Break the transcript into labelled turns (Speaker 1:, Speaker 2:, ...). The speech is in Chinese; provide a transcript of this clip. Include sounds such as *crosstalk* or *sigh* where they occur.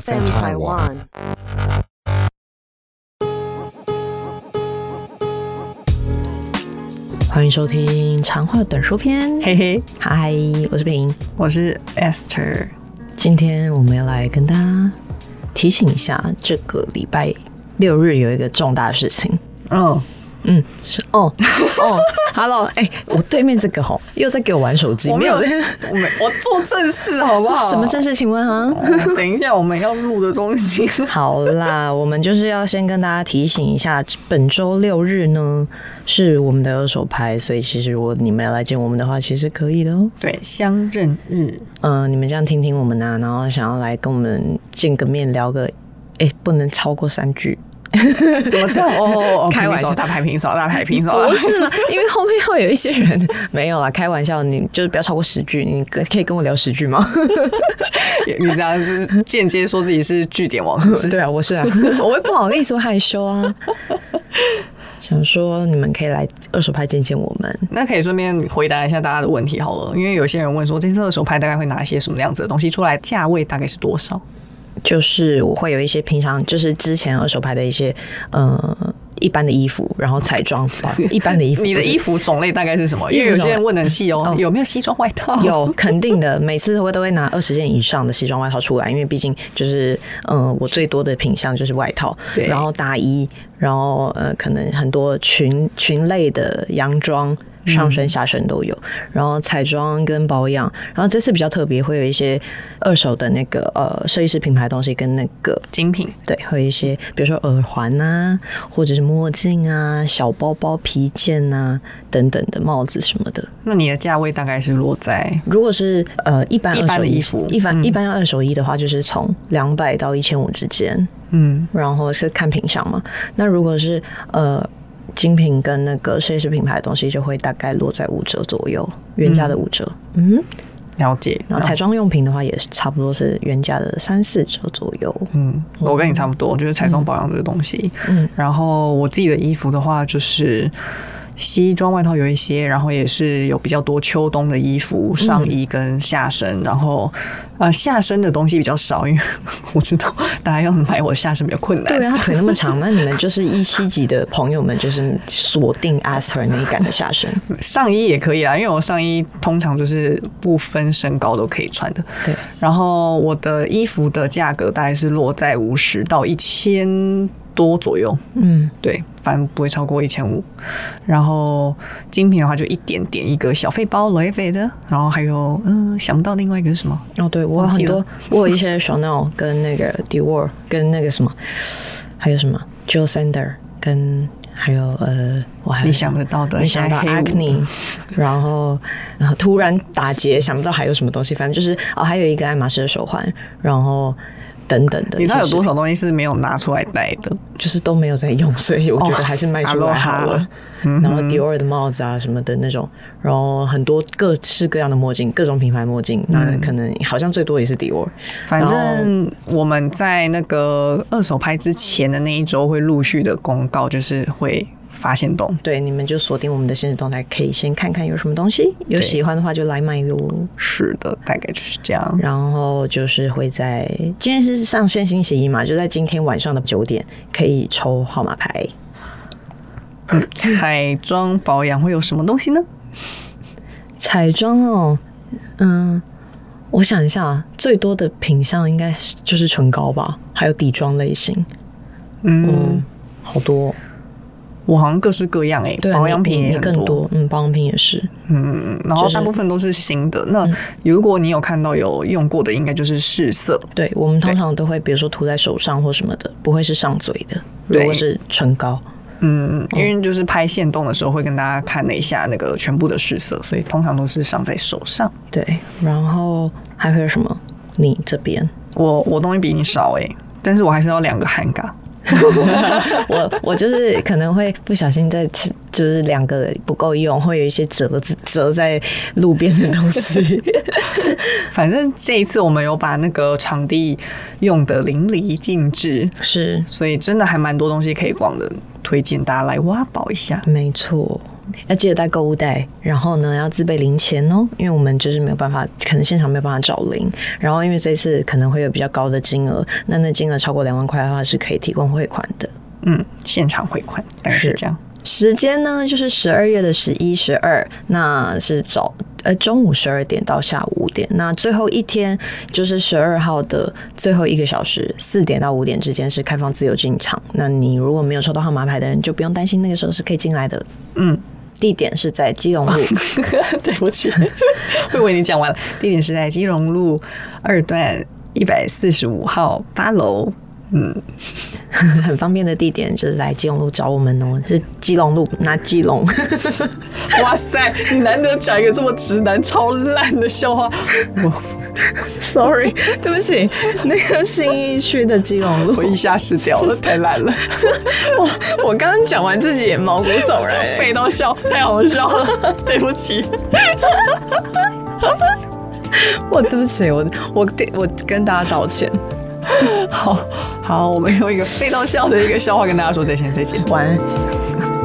Speaker 1: FM Taiwan.
Speaker 2: 欢迎收听《长话短说篇》。
Speaker 3: 嘿嘿，
Speaker 2: 嗨，我是佩莹。
Speaker 3: 我是 Esther。
Speaker 2: 今天我们要来跟大家提醒一下，这个礼拜六日有一个重大事情。
Speaker 3: 嗯，
Speaker 2: 嗯，是哦哦，Hello，哎、 *laughs* 我对面这个吼又在给我玩手
Speaker 3: *laughs*
Speaker 2: 机，
Speaker 3: 我没有，
Speaker 2: 在
Speaker 3: 我没，我做正事好不好？
Speaker 2: 什么正事？请问啊？
Speaker 3: 事？等一下我们要录的东西。 *laughs*
Speaker 2: 好啦，我们就是要先跟大家提醒一下，本周六日呢是我们的二手牌，所以其实如果你们要来见我们的话，其实可以的哦。
Speaker 3: 对，乡镇日，
Speaker 2: 嗯、你们这样听听我们啊，然后想要来跟我们见个面聊个，哎、不能超过三句。
Speaker 3: 怎么这样？哦哦哦，
Speaker 2: 开玩笑
Speaker 3: 大牌平手，大牌平手，啊大
Speaker 2: 不
Speaker 3: 牌平手。
Speaker 2: 是啦， *laughs* 因为后面会有一些人没有啦，开玩笑，你就是不要超过十句，你可可以跟我聊十句吗？
Speaker 3: 你这样是间接说自己是据点王，是不
Speaker 2: *laughs*
Speaker 3: 是？
Speaker 2: 对啊，我是啊， *laughs* 我会不好意思，我害羞啊。想说你们可以来二手拍见见我们，
Speaker 3: 那可以顺便回答一下大家的问题好了，因为有些人问说，这次二手拍大概会拿一些什么样子的东西出来，价位大概是多少？
Speaker 2: 就是我会有一些平常就是之前二手拍的一些呃一般的衣服，然后彩 *laughs* 妆吧，一般的衣服，
Speaker 3: 你的
Speaker 2: 不是
Speaker 3: 衣服种类大概是什么？
Speaker 2: 衣
Speaker 3: 因
Speaker 2: 服
Speaker 3: 为有些人
Speaker 2: 种类
Speaker 3: 问得很细哦
Speaker 2: 哦，
Speaker 3: 有没有西装外套？
Speaker 2: 有肯定的，每次我都会拿二十件以上的西装外套出来，因为毕竟就是嗯、呃我最多的品相就是外套，
Speaker 3: 对
Speaker 2: 然后大衣，然后呃，可能很多裙裙类的洋装。上身下身都有，然后彩妆跟保养，然后这次比较特别，会有一些二手的那个呃设计师品牌的东西，跟那个
Speaker 3: 精品。
Speaker 2: 对，会有一些比如说耳环啊，或者是墨镜啊、小包包、皮件啊等等的帽子什么的。
Speaker 3: 那你的价位大概是落在
Speaker 2: 如果是呃一般
Speaker 3: 一
Speaker 2: 二
Speaker 3: 般
Speaker 2: 手
Speaker 3: 的
Speaker 2: 衣
Speaker 3: 衣服
Speaker 2: 一般、
Speaker 3: 嗯
Speaker 2: 一般二手衣的话，就是从两百到一千五之间，
Speaker 3: 嗯
Speaker 2: 然后是看品相嘛。那如果是呃精品跟那个设计师品牌的东西，就会大概落在五折左右，原价的五折。嗯，
Speaker 3: 了解，
Speaker 2: 然后彩妆用品的话，也是差不多是原价的三四折左
Speaker 3: *laughs*
Speaker 2: 右。
Speaker 3: 嗯，我跟你差不多，就是彩妆保养这个东西。
Speaker 2: 嗯
Speaker 3: 然后我自己的衣服的话，就是西装外套有一些，然后也是有比较多秋冬的衣服，上衣跟下身。然后呃，下身的东西比较少，因为我知道大家要买我的下身比较困难。
Speaker 2: 对啊，他腿那么长，那你们就是一七级的朋友们，就是锁定 Aster 那一杆的下身。
Speaker 3: 上衣也可以啦，因为我上衣通常就是不分身高都可以穿的。
Speaker 2: 对，
Speaker 3: 然后我的衣服的价格大概是落在五十到一千多左右，
Speaker 2: 嗯，
Speaker 3: 对，反正不会超过一千五。然后精品的话就一点点一个小费包雷费的，然后还有嗯、呃想不到另外一个是什么，
Speaker 2: 哦，对我有
Speaker 3: 忘
Speaker 2: 很
Speaker 3: 记
Speaker 2: 多
Speaker 3: 了，
Speaker 2: 我有一些 Chanel 跟那个 Dior 跟那个什么，还有什么 j i l Sander 跟还有呃，我还有
Speaker 3: 你
Speaker 2: 什么
Speaker 3: 想得到的
Speaker 2: 你想到
Speaker 3: 现在黑五
Speaker 2: Acne，然后然后突然打结，想不到还有什么东西，反正就是哦，还有一个爱马仕的手环，然后等等的，
Speaker 3: 你知道有
Speaker 2: 其实
Speaker 3: 多少东西是没有拿出来戴的？
Speaker 2: 就是都没有在用，所以我觉得还是卖出来好了。
Speaker 3: 哦 Aloha 嗯
Speaker 2: 然后 Dior 的帽子啊什么的那种，然后很多各式各样的墨镜，各种品牌墨镜，那可能好像最多也是 Dior。
Speaker 3: 嗯反正我们在那个二手拍之前的那一周会陆续的公告，就是会发现洞。
Speaker 2: 对，你们就锁定我们的现实动态，可以先看看有什么东西，有喜欢的话就来买哟。
Speaker 3: 是的，大概就是这样。
Speaker 2: 然后就是会在今天是上线星期一嘛，就在今天晚上的九点可以抽号码牌。
Speaker 3: 嗯彩妆保养会有什么东西呢？
Speaker 2: 彩妆哦，嗯，我想一下啊，最多的品相应该是就是唇膏吧，还有底妆类型，
Speaker 3: 嗯，
Speaker 2: 好多哦、
Speaker 3: 我好像各式各样哎、
Speaker 2: 对啊，
Speaker 3: 保养品
Speaker 2: 你你
Speaker 3: 也
Speaker 2: 你更
Speaker 3: 很多。
Speaker 2: 多，嗯，保养品也是，
Speaker 3: 嗯，然后
Speaker 2: 就是嗯
Speaker 3: 大部分都是新的。那如果你有看到有用过的，应该就是试色。
Speaker 2: 对我们通常都会，比如说涂在手上或什么的，不会是上嘴的。如
Speaker 3: 对
Speaker 2: 果是唇膏，哦
Speaker 3: 嗯，因为就是拍线动的时候会跟大家看了一下那个全部的试色，所以通常都是上在手上。
Speaker 2: 对，然后还会有什么？你这
Speaker 3: *laughs*
Speaker 2: 边，
Speaker 3: 我我东西比你少哎、但是我还是要两个韩嘎。
Speaker 2: 我我就是可能会不小心在吃就是两个不够用，会有一些折折在路边的东
Speaker 3: *laughs*
Speaker 2: 西。 *laughs*
Speaker 3: 反正这一次我们有把那个场地用的淋漓尽致，
Speaker 2: 是，
Speaker 3: 所以真的还蛮多东西可以逛的，推荐大家来挖宝一下。
Speaker 2: 没错。要记得带购物袋，然后呢要自备零钱哦，因为我们就是没有办法，可能现场没有办法找零。然后因为这次可能会有比较高的金额，那那金额超过两万块的话是可以提供汇款的。
Speaker 3: 嗯，现场汇款，大概是
Speaker 2: 是
Speaker 3: 这样。
Speaker 2: 时间呢就是十二月的十一、十二，那是早呃中午十二点到下午五点。那最后一天就是十二号的最后一个小时，四点到五点之间是开放自由进场。那你如果没有抽到号码牌的人，就不用担心，那个时候是可以进来的。
Speaker 3: 嗯，
Speaker 2: 地点是在基隆路。
Speaker 3: *laughs* 对不起， *laughs* 我以为你讲完了。地点是在基隆路二段一百四十五号八楼。嗯，
Speaker 2: 很方便的地点，就是来基隆路找我们哦，是基隆路，那基隆
Speaker 3: 哇塞，你难得讲一个这么直男超烂的笑话，我
Speaker 2: ，sorry，对 *laughs* 不起，那个信义区的基隆路
Speaker 3: 我，一下失掉了，太烂了，
Speaker 2: 我我刚刚讲完自己也毛骨悚然、
Speaker 3: *laughs*
Speaker 2: 欸
Speaker 3: 废到笑，太好笑了，对
Speaker 2: *laughs*
Speaker 3: 不起。
Speaker 2: 我对不起，我我我跟大家道
Speaker 3: *laughs*
Speaker 2: 歉，
Speaker 3: 好好，我们用一个废到笑的一个笑话跟大家说再见，再见。
Speaker 2: 晚安。